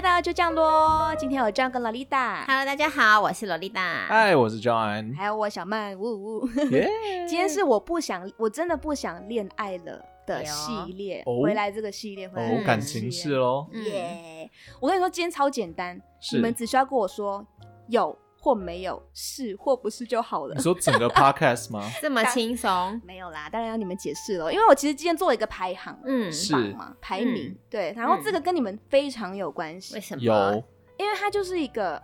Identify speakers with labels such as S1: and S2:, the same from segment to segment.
S1: 那就这样咯。今天有这样跟洛丽达，
S2: Hello，大家好，我是萝莉达。
S3: 嗨，我是 John。
S1: 还有我小曼，呜呜。
S3: 耶！
S1: 今天是我不想，我真的不想恋爱了的系列，
S3: 哎呦
S1: 回来这个系列，回来这
S3: 哦
S1: 个，
S3: 感
S1: 系
S3: 情
S1: 列
S3: 事喽，
S2: 嗯
S1: 耶我跟你说，今天超简单，
S3: 是
S1: 你们只需要跟我说有或没有，是或不是就好了
S3: 你。说整个 podcast 吗？
S2: 这么轻松，
S1: 没有啦，当然要你们解释了，因为我其实今天做了一个排行。
S2: 嗯，
S3: 是嗯
S1: 榜嘛，排名、对，然后这个跟你们非常有关系
S2: 为，什么？
S3: 有，
S1: 因为它就是一个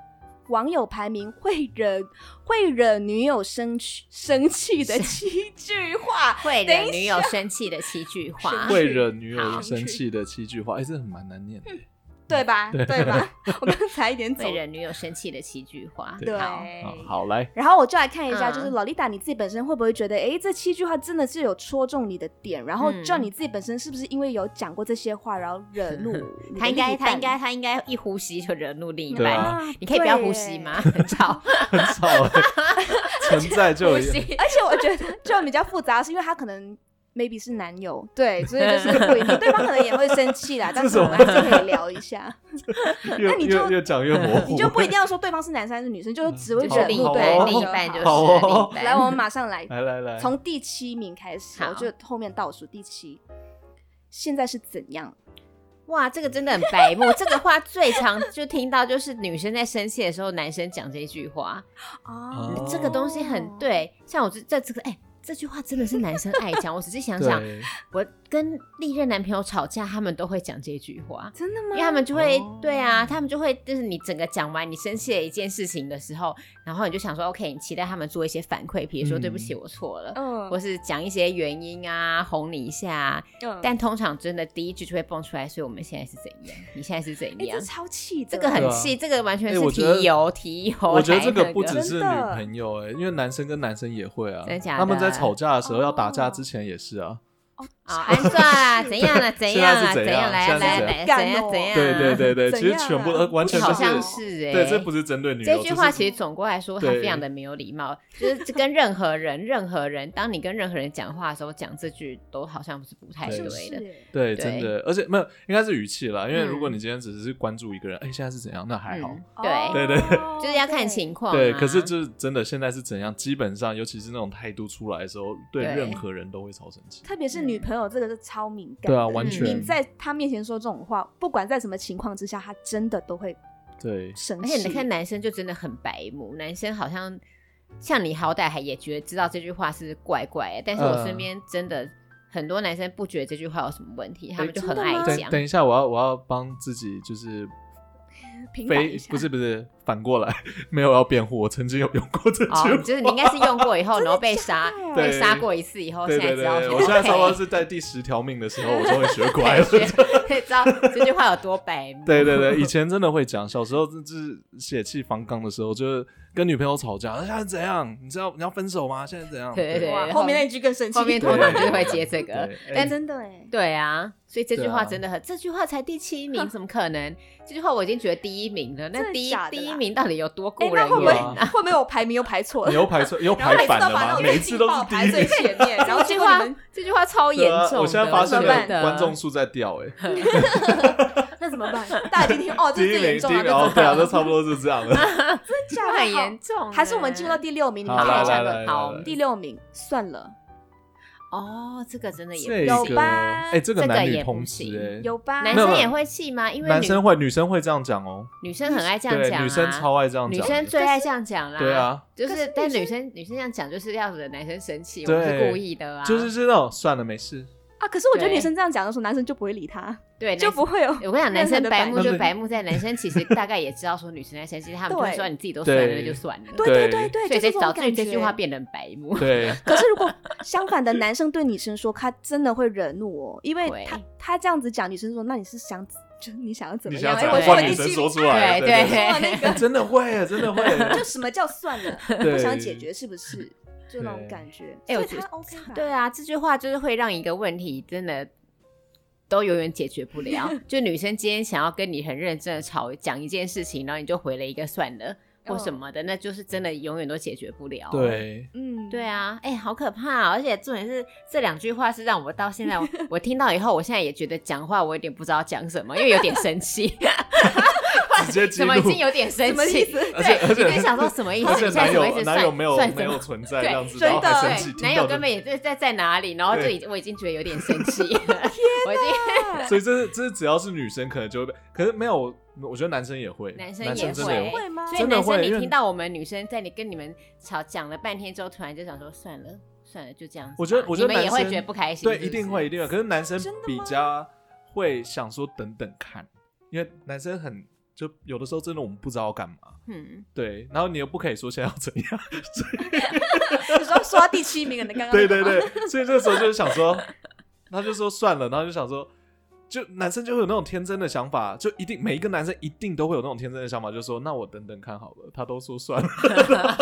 S1: 网友排名会惹 会惹女友生气生气的七句 话。
S2: 会
S1: 等
S2: 惹
S1: 一
S2: 女友生气的七句话
S1: 是。
S3: 会惹女友
S1: 好
S3: 生气的七句话，哎，这很蛮难念的。
S1: 对吧？对吧？ 我刚才一点走
S2: 会惹女友生气的七句话。
S3: 对
S2: 好，
S3: 啊，好，来，
S1: 然后我就来看一下，
S2: 嗯
S1: 就是老丽达你自己本身会不会觉得，哎，这七句话真的是有戳中你的点？然后
S2: 嗯
S1: 就你自己本身是不是因为有讲过这些话，然后惹 怒你的
S2: 他应
S1: 另
S2: 该，
S1: 一
S2: 他
S1: 半
S2: 应该，他应该一呼吸就惹怒另一
S3: 对
S2: 半。
S3: 啊
S2: 你可以不要
S1: 对
S2: 呼吸吗？很吵，
S3: 很少哎存在 就
S2: 呼
S3: 有
S2: 吸。
S1: 而且我觉得就比较复杂，是因为他可能 maybe 是男友，对，所以就是不一定，对方可能也会生气 啦。但是 我们还
S3: 这
S1: 是可以聊一下，
S3: 越
S1: 那你就
S3: 越越讲越模 糊，
S1: 你就不一定要说对方是男生还是女生，就是只会
S2: 就
S1: 惹怒
S2: 是另
S1: 对
S2: 一
S3: 好
S2: 半，
S3: 哦
S1: 方
S2: 另一
S1: 好
S2: 半就是
S3: 好
S2: 另
S3: 哦
S2: 一半。
S1: 来，我们马上来，
S3: 来来来，
S1: 从第七名开始，
S2: 好
S1: 我就后面倒数第七。现在是怎样？
S2: 哇，这个真的很白目。这个话最常就听到就是女生在生气的时候，男生讲这句话。
S3: 哦
S2: 这个东西很。对，像我这这这个哎。这句话真的是男生爱讲，我仔细想想，
S3: 对，
S2: 我跟历任男朋友吵架，他们都会讲这句话，
S1: 真的
S2: 因
S1: 吗？
S2: 为他们就会、
S3: 哦
S2: 对啊，他们就会就是你整个讲完你生气的一件事情的时候，然后你就想说，OK，你期待他们做一些反馈，比如说、
S3: 嗯
S2: 对不起，我错了，
S1: 嗯
S2: 或是讲一些原因啊，哄你一下啊、
S1: 嗯
S2: 但通常真的第一句就会蹦出来，所以我们现在是怎样？你现在是怎
S1: 哎，
S2: 样
S1: 这？超气的，
S2: 这个很
S3: 对啊
S2: 气，这个完全
S3: 哎
S2: 是
S3: 我
S2: 提
S3: 觉得
S2: 油提油来那。
S3: 我觉得这个不只
S1: 真
S3: 是女
S1: 的
S3: 朋友哎，因为男生跟男生也会啊
S2: 真的，假的
S3: 他们在吵架的时候要打
S1: 哦
S3: 架之前也是啊，
S2: 啊，安算啦，
S1: 是
S2: 怎样啦，怎样啦，
S3: 现在是
S2: 怎
S3: 怎样
S2: 来
S3: 现在
S2: 来
S3: 是
S2: 来，
S1: 怎样
S2: 怎样怎样，
S1: 啊
S3: 对对对对，
S1: 怎
S3: 其实
S1: 样
S3: 全部呃完全
S1: 不
S3: 就
S2: 好
S3: 是
S2: 像是哎，
S3: 对，这不是针对女
S2: 这
S3: 友，
S2: 句话
S3: 这是
S2: 其实总过来说，它
S3: 对
S2: 非常的没有礼貌，就是跟任何人， 任何人，当你跟任何人讲话的时候，讲这句都好像是不太
S3: 对
S1: 就
S2: 对的。嗯
S1: 是
S2: 对
S3: 对，真的，而且没有，应该是语气啦。因为
S2: 嗯
S3: 如果你今天只是关注一个人，哎、现在是怎样，那还好。
S2: 嗯，
S1: 哦
S2: 对，
S3: 对对对
S2: 就是要看情况啊。
S3: 对，可是就是真的，现在是怎样？基本上，尤其是那种态度出来的时候，对
S2: 对
S3: 任何人都会超生气。
S1: 特别是女
S2: 嗯
S1: 朋友，这个是超敏感的。
S3: 对啊，完
S1: 你
S3: 全
S1: 在她面前说这种话，不管在什么情况之下，她真的都会
S3: 对，
S1: 生
S2: 而
S1: 气。
S2: 且你看，男生就真的很白目，男生好像像你好歹还也觉得知道这句话是怪怪的，但是我
S3: 嗯
S2: 身边真的很多男生不觉得这句话有什么问题，他们就很
S1: 真的吗
S2: 爱
S3: 等
S2: 讲。
S3: 等一下，我要我要帮自己就是
S1: 平反一
S3: 非
S1: 下
S3: 不是不是反过来， 没有要辩护，我曾经有用过这句话。
S2: 哦，就是你应该是用过以 后，然后被杀，
S1: 的
S2: 被
S3: 对
S2: 杀过一次以后，
S3: 对
S2: 现在
S3: 对对
S2: 知道
S3: 对，
S2: 说
S3: 我现在
S2: OK，
S3: 差不 多是在第十条命的时候，我终于学乖
S2: 对
S3: 了。
S2: 学 对知道这句话有多白目。
S3: 对对对，以前真的会讲，小时候就是血气方刚的时候，就是跟女朋友吵架，啊现在怎样？你知道你要分手吗？现在怎样？
S2: 对对对
S1: 哇，
S2: 对
S1: 后面那一句更生气。
S2: 后面
S3: 对
S2: 通常就是会接这个
S3: 对，
S2: 但
S1: 但真的哎，
S2: 对啊，所以这句话
S3: 对啊
S2: 真的很，这句话才第七 名，怎么可能？这句话我已经觉得第一名了，
S1: 真
S2: 那
S1: 的
S2: 第一
S1: 假的啦
S2: 第一名到底有多
S1: 哎
S2: 故，
S1: 那
S2: 人
S1: 会不
S2: 怨
S1: 会
S3: 啊
S1: 会不会我排名又排错
S3: 你
S1: 了？
S3: 又排错，又
S1: 然后每
S3: 排
S1: 次
S3: 反
S1: 都
S3: 了
S1: 把那
S3: 吗？
S1: 种
S3: 每次都是第
S1: 排
S3: 一
S1: 最
S3: 名。
S1: 前面，然后
S2: 这
S1: 结
S2: 句
S1: 果
S2: 话
S1: 你们
S2: 这句话超严
S3: 对啊
S2: 重的，
S3: 我现在发现
S1: 怎么办
S3: 了观众数在掉，哎，
S1: 那怎么办？大家已经听哦，这
S3: 第
S1: 是
S3: 一
S1: 最
S3: 名，
S1: 严
S3: 第
S1: 重
S3: 一
S1: 了，
S3: 名，哦，
S1: 这
S3: 对啊，都差不多是这样的。
S1: 真
S2: 这
S1: 的
S2: 很严，重，
S1: 还是我们进入到
S2: 哎
S1: 第六名？你
S3: 好
S1: 们看
S3: 来
S1: 一
S3: 来
S1: 下，
S3: 来，
S2: 好
S3: 来
S1: 第六名算了，
S2: 哦，这个真的也
S3: 这
S1: 有啊
S3: 个
S1: 吧
S3: 哎，这个
S2: 这个
S3: 男
S2: 也
S3: 女
S2: 不
S3: 通吃，哎，
S1: 有吧？
S2: 男
S3: 没有
S2: 生也会气吗？因为
S3: 男
S2: 女
S3: 生会，女生会这样讲哦，
S2: 女生很爱这样
S3: 对，
S2: 讲啊，
S3: 女生超爱这样
S2: 女
S3: 讲的，
S2: 生最爱这样讲啦，
S3: 对，啊，
S2: 就
S1: 可是
S2: 是
S1: 女
S2: 但
S1: 生
S2: 女生女生这样讲就是要惹男生生气，我
S3: 对
S2: 们是故意的啊，
S3: 就是这种算了，没事，
S1: 啊，可是我觉得
S2: 对
S1: 女生这样讲的时候，男生就不会理她，
S2: 对，
S1: 就
S2: 男生
S1: 不会有。
S2: 我跟你讲，男生白目
S3: 任何
S2: 就
S3: 的
S2: 白
S3: 白
S2: 目在，男生其实大概也知道说女生在生气，他们就会说你自己都算了
S3: 对
S2: 就算了，
S1: 对对对
S3: 对
S1: 对，
S2: 所
S1: 就是
S2: 以这
S1: 这
S2: 导
S1: 种
S2: 致
S1: 感
S2: 这
S1: 觉。
S2: 句话变得很白目。
S3: 对，
S1: 可是如果相反的，男生对女生说，他真的会惹怒哦，因为他
S2: 会
S1: 他这样子讲，女生说，那你是想就你想要怎么
S3: 你
S1: 样？哎
S3: 想怎
S1: 我
S3: 样
S1: 说
S3: 换
S1: 你
S3: 女
S1: 心
S3: 生
S1: 里
S3: 说出来？
S2: 对
S3: 对
S2: 对
S1: 说 那个，
S3: 哎真的会，真的会。
S1: 就什么叫算了，
S3: 对
S1: 不想解决是不是？就那种感觉。
S2: 哎我
S1: 所以
S2: 觉
S1: 他
S2: 得
S1: OK 吧？
S2: 对啊，这句话就是会让一个问题真的都永远解决不了。 就女生今天想要跟你很认真的吵讲一件事情，然后你就回了一个算了或什么的，那就是真的永远都解决不了。。
S3: 对，
S1: 嗯，
S2: 对啊，哎、好可怕、啊！而且重点是这两句话是让我到现在 我，我听到以后，我现在也觉得讲话我有点不知道讲什么，因为有点生气，
S3: 直接记
S2: 怎
S3: 录
S2: 么，已经有点生
S1: 什么意
S2: 气？
S1: 思
S3: 而且
S2: 对，
S3: 而且
S2: 你在想说什么意思？
S3: 而且
S2: 你现在
S3: 男
S2: 什么意
S3: 友
S2: 思？
S3: 男友
S2: 算
S3: 没有
S2: 算
S3: 没
S2: 什
S3: 有
S2: 么？
S3: 存在
S2: 对哎
S3: 这样子，
S1: 真
S3: 然
S1: 的
S3: 后还
S1: 对
S3: 生气，
S2: 男
S3: 听
S2: 友
S3: 到
S2: 根
S3: 的
S2: 本也在在在哪里，然后就
S3: 对
S2: 已经我已经觉得有点生气， 我已经
S3: 所以这是这是只要是女生可能就会被，可是没有，我觉得男生也会，
S2: 男
S3: 男
S2: 生也
S3: 生真的
S2: 会
S1: 会吗？
S2: 所以
S3: 真的
S2: 男生，
S3: 会
S2: 你
S3: 因为
S2: 听到我们女生在你跟你们吵讲了半天之后，突然就想说算了算了，就这样子吧。
S3: 我觉得我觉得
S2: 你们也
S3: 男
S2: 会
S3: 生
S2: 觉得不开心，
S3: 对，
S2: 是不
S3: 一定
S2: 是
S3: 会一定会。可是男生
S1: 真的吗
S3: 比较会想说等等看，因为男生很就有的时候真的我们不知道要干嘛，
S2: 嗯，
S3: 对，然后你又不可以说现在要怎样，所以
S1: 你说说到第七名了，你刚刚
S3: 对对对，所以这时候就是想 说，他就说算了，然后就想说，就男生就会有那种天真的想法，就一定每一个男生一定都会有那种天真的想法，就说那我等等看好了，他都说算了，
S1: 对啊对啊，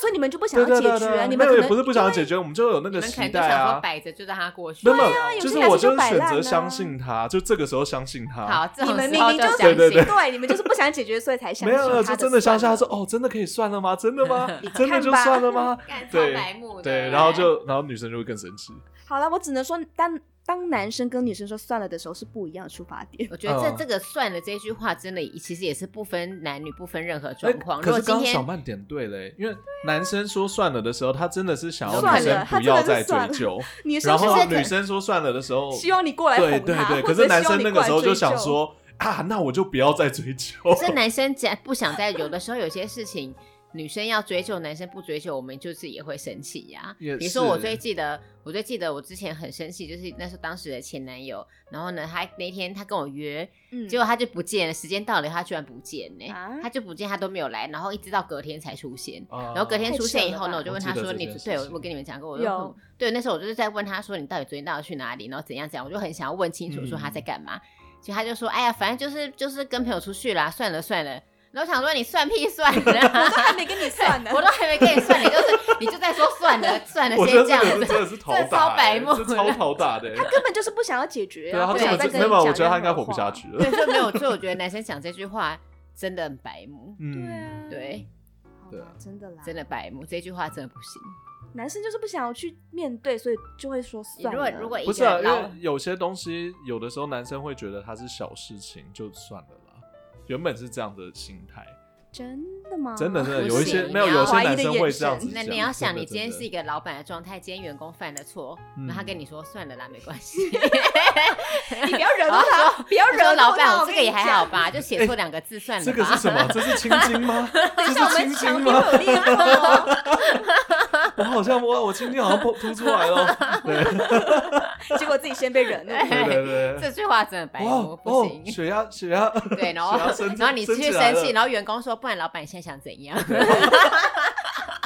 S1: 所以你们就不想
S3: 对
S1: 要
S3: 对
S1: 解
S3: 对
S1: 决
S3: 对
S1: 啊，
S3: 啊，
S1: 你
S3: 没
S1: 们
S3: 有
S1: 可
S3: 也
S1: 能
S3: 不是 不想解决，我们就有那
S2: 你们
S3: 个
S2: 可
S3: 期
S2: 能就
S3: 待
S2: 想说
S3: 啊。
S2: 摆着就让它过去
S3: 没
S2: 了。
S3: 有，没
S1: 啊有些
S3: 有就是
S1: 男
S3: 我
S1: 生
S3: 就
S1: 就是摆
S3: 选
S1: 烂
S3: 择
S1: 啊
S3: 相信他，就这个时候相信他。
S2: 好，这
S1: 你
S2: 种
S1: 们
S2: 时
S1: 明
S2: 候
S1: 明就
S2: 就
S1: 相
S2: 相
S1: 信，
S3: 对
S2: 信
S3: 啊对
S1: 你们就是不想解决，所以才相
S3: 没
S1: 信他
S3: 有，
S1: 的
S3: 就真的相信
S1: 算
S3: 他
S1: 了
S3: 说，哦，真的可以算了吗？真 的吗？真的
S1: 看
S3: 就
S1: 吧
S3: 算 了吗？
S2: 干超
S3: 对
S2: 白目的
S3: 对，然后就然后女生就会更生气。
S1: 好了，我只能说，当当男生跟女生说算了的时候是不一样的出发点。
S2: 我觉得这
S3: 嗯
S2: 这个算了这句话真的其实也是不分男女，不分任何状况。
S3: 哎
S2: 如
S3: 可
S2: 果
S3: 是
S2: 今
S3: 刚刚
S2: 天
S3: 小曼点对嘞、因为男生说算了的时候，他真的是想要
S2: 算了
S3: 女生
S1: 他
S3: 不
S1: 真的
S3: 要
S1: 是
S3: 再追
S1: 算了
S3: 究，
S1: 女生
S3: 然
S1: 就
S2: 不
S3: 后
S2: 是
S1: 是
S3: 女生说算了的时候，
S1: 希望你过来
S3: 对
S1: 哄
S3: 对
S1: 她，
S3: 对，
S1: 或
S3: 可
S1: 者
S3: 是男
S1: 希望
S3: 生
S1: 你
S3: 那
S1: 过
S3: 个
S1: 来
S3: 时候就
S1: 追
S3: 想
S1: 究，
S3: 说啊，那我就不要再追究。
S2: 可是男生讲不想再有的时候，有些事情女生要追求，男生不追求，我们就是也会生气呀、
S3: 也
S2: 比如说我
S3: 是
S2: 最记得，我最记得我之前很生气，就是那时候当时的前男友，然后呢，他那天他跟我约，
S1: 嗯
S2: 结果他就不见了，时间到了他居然不见呢、
S1: 啊
S2: 他就不见，他都没有来，然后一直到隔天才出现。
S3: 然
S2: 然后隔天
S1: 太
S2: 出
S1: 扯
S2: 现以
S1: 了
S2: 后呢，
S1: 吧
S2: 我就问
S3: 哦我
S2: 他
S3: 记得
S2: 说：“
S3: 这
S2: 你
S3: 件事
S2: 对我
S3: 情
S2: 我跟你们讲过，我
S1: 有
S2: 说对那时候我就是在问他说你到底昨天到底去哪里，然后怎样怎样，我就很想要问清楚说他在
S3: 嗯
S2: 干嘛。其实他就说：哎呀，反正就是就是跟朋友出去啦，算了算了。然后我想说你算屁算
S1: 我都
S2: 了，啊
S1: 还没跟你算呢
S2: ，我都还没跟你算，你就是你就在说算了算了，
S3: 我
S2: 先
S3: 觉得
S2: 这
S3: 这
S2: 样
S3: 个人
S2: 子。
S3: 真的是头
S2: 这超
S3: 打、
S2: 白
S3: 欸，
S2: 目
S3: 这超头打的欸、
S1: 根本就是不想要解决
S3: 对啊，他
S1: 不
S3: 根
S1: 想
S3: 本
S1: 再
S3: 就
S1: 跟
S3: 没
S1: 你
S3: 有，我
S1: 讲
S3: 觉得他
S1: 任
S3: 应该
S1: 何
S3: 活不
S1: 话
S3: 下。去了
S2: 对，。所以没有，所以我觉得男生讲这句话真的很白目，
S3: 嗯，
S1: 啊，
S2: 对，
S1: 好
S3: 对
S1: 啦
S3: 啊
S1: 真的啦，
S2: 真的白目，这句话真的不行。
S1: 男生就是不想要去面对，所以就会说
S2: 你
S1: 算
S2: 如果
S1: 了。
S2: 如果一
S3: 不是
S2: 个
S3: 啊，因
S2: 老
S3: 为有些东西，有的时候男生会觉得它是小事情，就算了啦。原本是这样的心态，
S1: 真的吗？
S3: 真的真的
S2: 不
S3: 有一
S2: 是
S3: 些
S2: 你
S3: 没有
S2: 要
S3: 有一些
S1: 怀疑
S3: 男
S1: 的
S3: 生
S1: 眼
S3: 会这样
S1: 神
S3: 子
S2: 那
S3: 想。
S2: 你要想，
S3: 真的
S2: 你今天
S3: 真的
S2: 是一个老板的状态，今天员工犯了错，
S3: 嗯
S2: 然后他跟你说算了啦，没关系。
S1: 你不要惹到 他，不要
S2: 他
S1: 惹到
S2: 说老板，
S1: 他
S2: 我
S1: 我
S2: 这
S1: 跟
S2: 个
S1: 你
S2: 也还好
S1: 讲？
S2: 吧，就 写错两个字算了吧。
S3: 哎这个是什么？这是青 筋吗？
S1: 等一
S3: 这
S1: 下我
S3: 是
S1: 们
S3: 青筋
S1: 强
S3: 吗？
S1: 有力哦，
S3: 我好像我我青筋好像突突出来 了。对
S1: 结果自己先被惹怒。
S3: 对对对对。
S2: 这句话真的白目
S3: 哦，
S2: 不
S3: 哦，
S2: 行。
S3: 血压血压，
S2: 对，然后
S3: 血压升
S2: 然后你去
S3: 升起来
S2: 生
S3: 了
S2: 气，然后员工说，不然老板现在想怎样？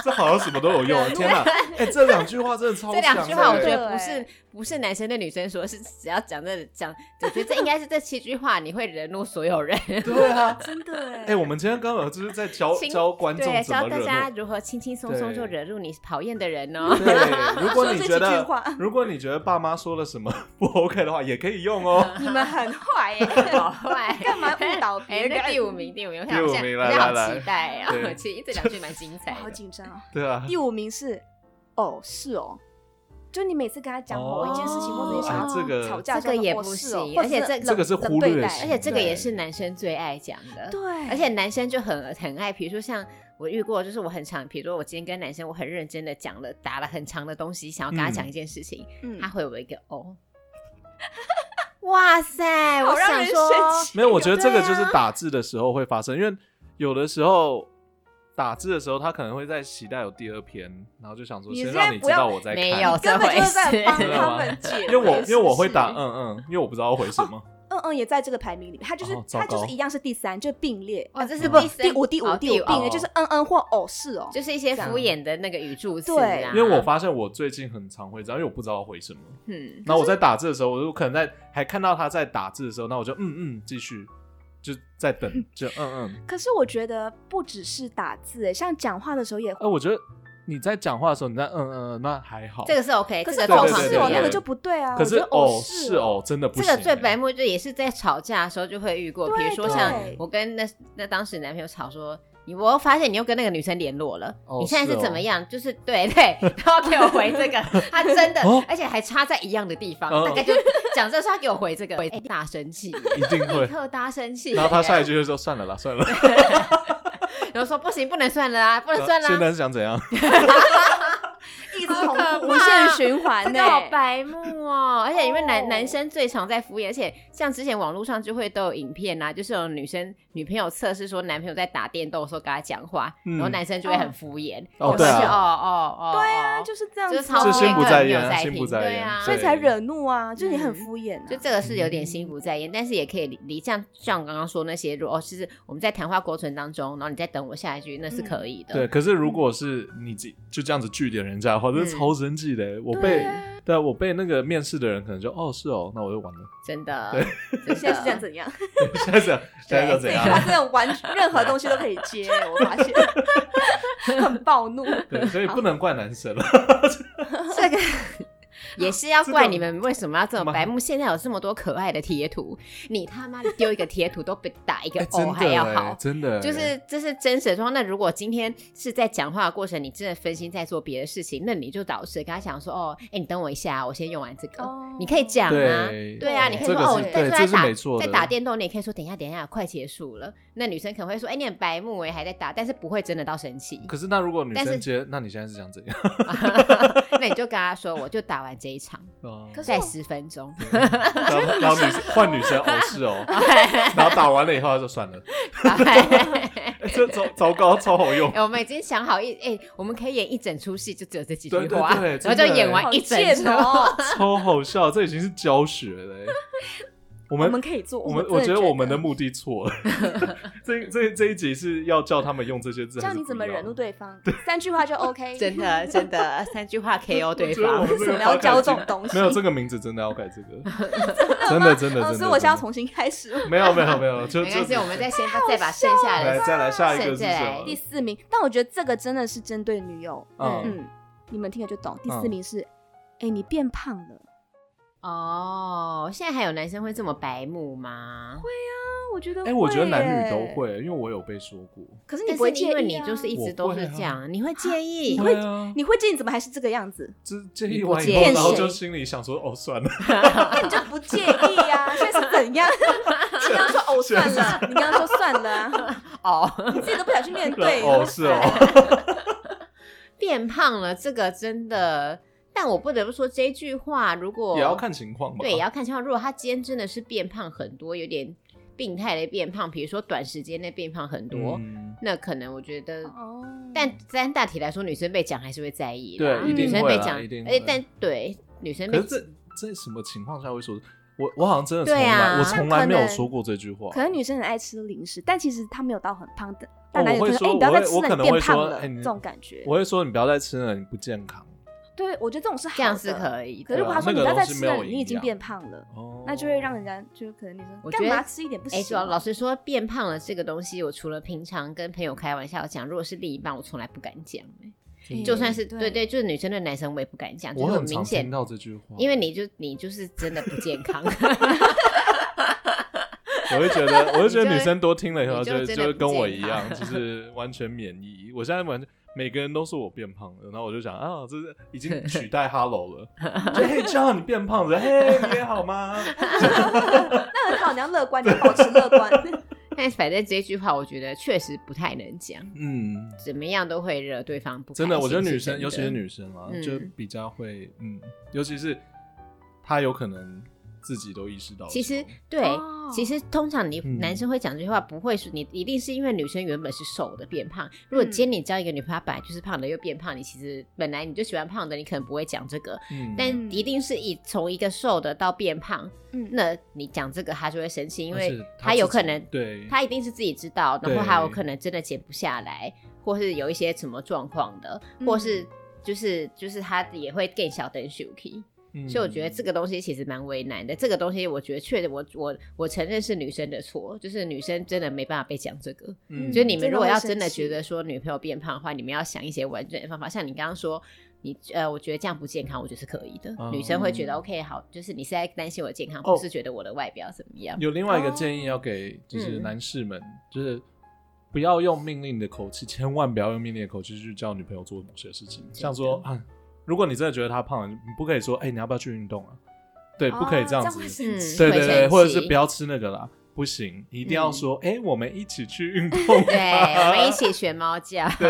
S3: 这好像什么都有用啊！天哪，哎，这两句话真的超
S2: 这
S3: 哎
S2: 两句
S3: 强
S2: 话我
S3: 的
S1: 真
S2: 觉得
S1: 的
S2: 不是
S1: 欸
S2: 不是男生对女生说，是只要讲这讲，我觉得这应该是这七句话你会惹怒所有人。
S3: 对 啊，
S1: 真的哎、
S3: 哎，我们今天刚好就是在教
S2: 亲
S3: 教观众
S2: 对，
S3: 怎
S2: 教
S3: 么
S2: 大
S3: 惹
S2: 家
S3: 怒。
S2: 如何轻轻松松
S3: 对
S2: 就惹怒你讨厌的人哦。
S3: 对，如果你觉
S1: 说这几句
S3: 得
S1: 话
S3: 如果你觉得爸妈说了什么不 OK 的话，也可以 用哦。
S1: 你们很坏哎、
S2: 好坏，
S1: 干嘛误导别
S2: 哎，
S1: 人
S2: 那第五名，第五名，我
S3: 第
S2: 想
S3: 五
S2: 我现在
S3: 名
S2: 我
S3: 来
S2: 现在
S3: 来
S2: 好
S3: 来
S2: 期待啊！
S3: 对
S2: 其实这两句蛮精彩
S1: 我好
S2: 的。
S1: 紧张啊！
S3: 对啊，
S1: 第五名是哦，是哦，就你每次跟他讲某一件事情，
S3: 哦
S1: 或者你想
S3: 哎这
S1: 要
S3: 个
S1: 吵架的时
S2: 这
S1: 候，
S2: 个也
S1: 哦
S2: 不
S1: 是哦
S2: 行
S1: 或者
S2: 而且这
S1: 冷
S3: 这个是
S1: 冷
S3: 忽略
S1: 对待
S3: 型
S2: 而且这个
S3: 对
S2: 也是男生最爱讲的，
S1: 对，
S2: 而且男生就很很爱，比如说像我遇过，就是我很常，比如说我今天跟男生，我很认真的讲了，打了很长的东西，想要跟他讲一件事情，
S1: 嗯
S2: 他，回我一个哦。 哇塞！我
S1: 好让
S2: 想
S1: 人
S2: 说，
S1: 生气。
S3: 没有，我觉得这个
S2: 对
S3: 就
S2: 啊
S3: 是打字的时候会发生，因为有的时候打字的时候，他可能会在期待有第二篇，然后就想说
S1: 你
S3: 先
S1: 现在
S3: 让你
S1: 不
S3: 知
S1: 要
S3: 道我在看，
S2: 没有
S1: 根本就是在帮
S3: 真的
S1: 他
S3: 吗
S1: 们解围，
S3: 因为我因为我会
S1: 是不是啊
S3: 打嗯嗯，因为我不知道回什 么，
S1: 嗯嗯，也在这个排名里面，他就是
S3: 哦糟
S1: 他
S3: 糕
S1: 就是一样是第三，就并列，
S2: 哇，这是
S1: 不
S2: 第三
S1: 第五第五
S2: 哦
S1: 第五并列，
S3: 哦
S1: 就是嗯嗯或哦是哦，
S2: 就是一些敷衍的那个语助词
S1: 对
S2: 啊。
S3: 因为我发现我最近很常会这样，因为我不知道回什么。
S2: 嗯，
S3: 然后我在打字的时候，我就可能在还看到他在打字的时候，那我就嗯嗯继续，就在等，就嗯嗯。
S1: 可是我觉得不只是打字，哎，像讲话的时候也，
S3: 哎，我觉得你在讲话的时候，你在嗯嗯嗯，那还好。
S2: 这个是 OK，
S1: 可
S2: 这
S1: 是
S2: 个
S3: 对
S2: 状
S1: 哦
S3: 对
S2: 况
S3: 对
S1: 是
S2: 不
S1: 哦
S2: 一
S3: 对
S1: 那
S2: 样
S1: 个就不对啊。
S3: 可
S1: 我
S3: 是
S1: 觉得哦
S3: 是哦，，真的不
S2: 这
S3: 行。
S2: 个最白目就也是在吵架的时候就会遇过，比
S1: 对
S2: 如说像
S1: 对
S2: 我跟那那当时男朋友吵说，你我又发现你又跟那个女生联络了，
S3: 哦
S2: 你现在
S3: 是
S2: 是
S3: 哦
S2: 怎么样？就是对对，然后给我回这 个，他真的，
S3: 哦
S2: 而且还差在一样的地方，
S3: 哦
S2: 大概就讲这事，他给我回这个，回哎大生气，
S3: 一定
S2: 立
S3: 会。
S2: 刻大生气。
S3: 然后他下一句就说：“算了啦，算了。
S2: 然后说不行，不能算了啊，不”能 算
S3: 现
S2: 了啊，
S3: 在是想怎样？
S1: 一直重
S2: 好
S1: 复啊
S2: 可怕
S1: 无限循
S2: 真
S1: 环呢、
S2: 的好白目哦！而且因为男、
S1: 欸哦
S2: 男生最常在敷衍，而且像之前网络上就会都有影片啊，就是有女生女朋友测试说男朋友在打电动的时候跟她讲话，
S3: 嗯
S2: 然后男生就会很敷衍，
S3: 哦
S2: 就是
S3: 对
S2: 哦
S3: 啊
S2: 哦哦，
S1: 对啊，
S2: 哦
S1: 就是这样
S2: 就
S1: 子
S2: 是超
S1: 啊，
S2: 敷
S3: 就
S2: 衍
S3: 心不
S2: 跟
S3: 在
S2: 没有
S3: 焉
S2: 在
S3: 心不
S2: 听
S3: 在
S2: 对
S3: 焉
S2: 啊，
S1: 所以
S3: 对
S1: 才惹怒啊，就是你很敷衍、啊
S2: 就这个是有点
S3: 嗯
S2: 心不在焉，但是也可以理理像像我刚刚说那些，如果哦，其实我们在谈话过程当中，然后你再等我下一句，那是
S1: 嗯
S2: 可以的。
S3: 对，可是如果是你自己就这样子据点人家的话，这
S2: 嗯
S3: 超生气的。我被对啊，我被那个面试的人可能就哦是哦，那我就 完了。
S2: 真的，
S1: 你
S2: 真
S1: 现在
S2: 的
S1: 是这样，怎样？
S3: 现在想，现在想怎
S2: 对
S1: 啊
S2: 啊
S1: 他
S3: 样？
S1: 真的完任何东西都可以接，我发现 很暴怒。
S3: 对，所以不能怪 男生了。
S2: 哦这个 也是要怪你们为什么要这么白目。现在有这么多可爱的贴图，你他妈的丢一个贴图都比打一个
S3: 哎
S2: 哦
S3: 真
S2: 还要
S3: 的
S2: 好
S3: 哎，。真的哎
S2: 就是这是真实的状况。那如果今天是在讲话的过程，你真的分心在做别的事情，那你就导师跟他讲说：“哦，哎、你等我一下，我先用完这个。
S1: 哦
S2: 你可以讲啊，
S3: 对
S2: 对啊，你可以
S1: 这
S2: 说
S1: 个
S2: 哦，
S1: 是
S2: 你在
S3: 对这
S2: 在
S3: 是
S2: 打
S3: 没错
S2: 在
S3: 的
S2: 打电动，你也可以说等一下，等一下，快结束了。那女生可能会说：“哎、你很白目哎，还在打。”但是不会真的到生 气。
S3: 可是那如果女
S2: 但是
S3: 生接，那你现在是想怎样？
S2: 那你就跟他说：“我就打完这一场，
S3: 哦
S1: 可是
S2: 再
S1: 我
S2: 十分钟。
S3: 然后然后女 生换女生哦是哦，然后打完了以后他就算 了，
S2: 打 完
S3: 哎这糟糟糕，超好用
S2: 哎、。 我们已经想好一哎、我们可以演一整出戏，就只有这几句
S3: 对对
S2: 话，
S3: 对
S2: 然后
S3: 真的
S2: 就演
S1: 好
S2: 完一整
S1: 贱
S2: 出。
S1: 哦！
S3: 超好笑，这已经是教学了 欸、
S1: 我
S3: 我们
S1: 们可以做，
S3: 我
S1: 们
S3: 我
S1: 真
S3: 觉
S1: 的
S3: 得
S1: 觉
S3: 我们的目的错了。 这这这一集是要教他们用这些字，
S1: 教
S3: 还是
S1: 你
S3: 不
S1: 怎么
S3: 要
S1: 惹怒？对方，三句话 就 OK。
S2: 真的真的，三句话 KO 对
S3: 我觉得我
S2: 方
S3: 们。这
S1: 为
S3: 个
S1: 什么要教这种东西？
S3: 没有这个名字真的要改这个， 真的真的真
S1: 哦
S3: 的。
S1: 所以我现在要
S3: 真的
S1: 重新开始。
S3: 没有没有没有，就
S2: 没
S3: 就哦
S2: 关系，我们再先再把剩下
S3: 来
S2: 的
S3: 再来下一个是
S2: 再来
S3: 什
S1: 第
S3: 么？
S1: 四名，但我觉得这个真的是针对女友，
S3: 嗯，
S1: 嗯，你们听了就懂。第四
S3: 嗯
S1: 名是，哎，你变胖了。
S2: 哦。现在还有男生会这么白目吗？
S1: 啊我觉得，
S3: 哎，我觉得男女都。会，因为我有被说过。
S1: 可是你
S2: 但
S1: 不会
S2: 是
S1: 介意、
S2: 因
S1: 啊，
S2: 为你就是一直都是这
S3: 啊
S2: 样，你会介意
S1: 你？会
S3: 对啊，
S1: 你会介意你怎么还是这个样 子？
S3: 这这一
S2: 你不
S3: 完以
S2: 介
S3: 后，
S1: 意
S3: 然后就心里想说，哦，算了，
S1: 那你就不介意呀、现在是怎样？你刚刚说 哦算了，你刚刚说算了啊，
S2: 哦，
S1: 你自己都不想去面对。
S3: 哦是哦，
S2: 变胖了，这个真的。但我不得不说，这句话如果
S3: 也要看情况吧。
S2: 对，也要看情况。如果他今天真的是变胖很多，有点病态的变胖，比如说短时间内变胖很多，
S3: 嗯
S2: 那可能我觉得，
S1: 哦，
S2: 但但大体来说，女生被讲还是会在意
S3: 对
S2: 啦，嗯
S1: 一定
S2: 女生
S3: 会
S2: 被
S3: 啦
S2: 讲，
S3: 一定
S2: 哎
S3: 会，
S2: 但对女生
S3: 可
S2: 被
S3: 是这这什么情况下会说？我我好像真的从
S2: 对
S3: 来、
S2: 啊
S3: 我从
S1: 那可
S3: 来没有
S1: 能
S3: 说过这句话。
S1: 可能女生很爱吃零食，但其实她没有到很胖的，
S3: 哦
S1: 但男
S3: 我
S1: 友
S3: 会
S1: 就
S3: 说
S1: 哎、你不要再吃
S3: 我会
S1: 了，
S3: 我
S1: 你
S3: 可能会
S1: 变胖
S3: 说
S1: 了，
S3: 哎你
S1: 这种感觉。
S3: 我会说你不要再吃了，你不健康。
S1: 对，我觉得这种是好的
S2: 这样是可以的。
S1: 可是如果他说
S3: 啊那
S1: 你
S3: 个
S1: 不要再
S3: 东
S1: 吃
S3: 西没有
S1: 了，你
S3: 营
S1: 已经
S3: 养
S1: 变胖了，
S3: 哦，
S1: 那就会让人家就可能女生
S2: 我觉
S1: 干
S2: 得
S1: 嘛吃一点不
S2: 哎，主
S1: 行啊
S2: 要
S1: 吗？
S2: 老实说，变胖了这个东西，我除了平常跟朋友开玩笑讲，如果是另一半，我从来不敢讲、哎
S3: 真的
S2: 就算是
S1: 嗯对
S2: 对对，就是女生对男生，我也不敢讲，就
S3: 我
S2: 是
S3: 很
S2: 明
S3: 常
S2: 显
S3: 听到这句话，
S2: 因为你就你就是真的不健康，
S3: 我会 觉得，我会觉
S2: 你
S3: 得
S2: 就
S3: 女生多听了以后
S2: 你就
S3: 就
S2: 真的
S3: 就会
S2: 不
S3: 跟我
S2: 健
S3: 一样， 就是完全免疫。我现在完全每个人都说我变胖了，然后我就想啊，这是已经取代 Hello 了，就嘿，这样你变胖了，嘿，你也好吗？
S1: 那 很好，你要乐观，你要保持乐观。
S2: 但反正这句话，我觉得确实不太能讲，
S3: 嗯，
S2: 怎么样都会惹对方不开心。
S3: 真的，我觉得女
S2: 是真
S3: 生，
S2: 的
S3: 尤其是女生啊，
S2: 嗯
S3: 就比较会，嗯，尤其是她有可能自己都意识到的时
S2: 其
S3: 候。
S2: 实对，
S1: 哦
S2: 其实通常你
S3: 嗯
S2: 男生会讲这句话，不会是你一定是因为女生原本是瘦的变胖。如果今天你交一个女朋友，她本来就是胖的又变胖，你其实本来你就喜欢胖的，你可能不会讲这个。
S3: 嗯，
S2: 但一定是以从一个瘦的到变胖，
S1: 嗯，
S2: 那你讲这个她就会生气，因
S3: 但
S2: 为
S3: 是
S2: 她
S3: 自
S2: 有可
S3: 己
S2: 能
S3: 对，
S2: 她一定是自己知道，然
S3: 对
S2: 后还有可能真的减不下来，或是有一些什么状况的，
S1: 嗯
S2: 或是就是就是她也会更小灯 s h k
S3: 嗯
S2: 所以我觉得这个东西其实蛮为难的。这个东西我觉得确实，我我我承认是女生的错，就是女生真的没办法被讲这个。
S3: 嗯
S2: 就是你们如果要真
S1: 真的会生
S2: 的
S1: 气
S2: 觉得说女朋友变胖的话，你们要想一些完整的方法。像你刚刚说，你呃，我觉得这样不健康，我觉得是可以的。
S3: 嗯
S2: 女生会觉得 OK 好，就是你是在担心我的健康，
S3: 哦
S2: 不是觉得我的外表怎么样。
S3: 有另外一个建议要给，就是
S2: 嗯
S3: 男士们，就是不要用命令的口气，千万不要用命令的口气去叫女朋友做某些事情，像说啊，如果你真的觉得她胖了，你不可以说，哎、你要不要去运动啊？对，不可以
S1: 哦
S3: 这样子，
S1: 会生
S2: 嗯
S1: 气
S3: 对
S2: 会
S3: 对
S2: 生
S3: 对，或者是
S2: 气
S3: 不要吃那个啦，不行，一定要
S2: 嗯
S3: 说，哎、我们一起去运动、啊
S2: 对，我们一起学猫叫，
S3: 对，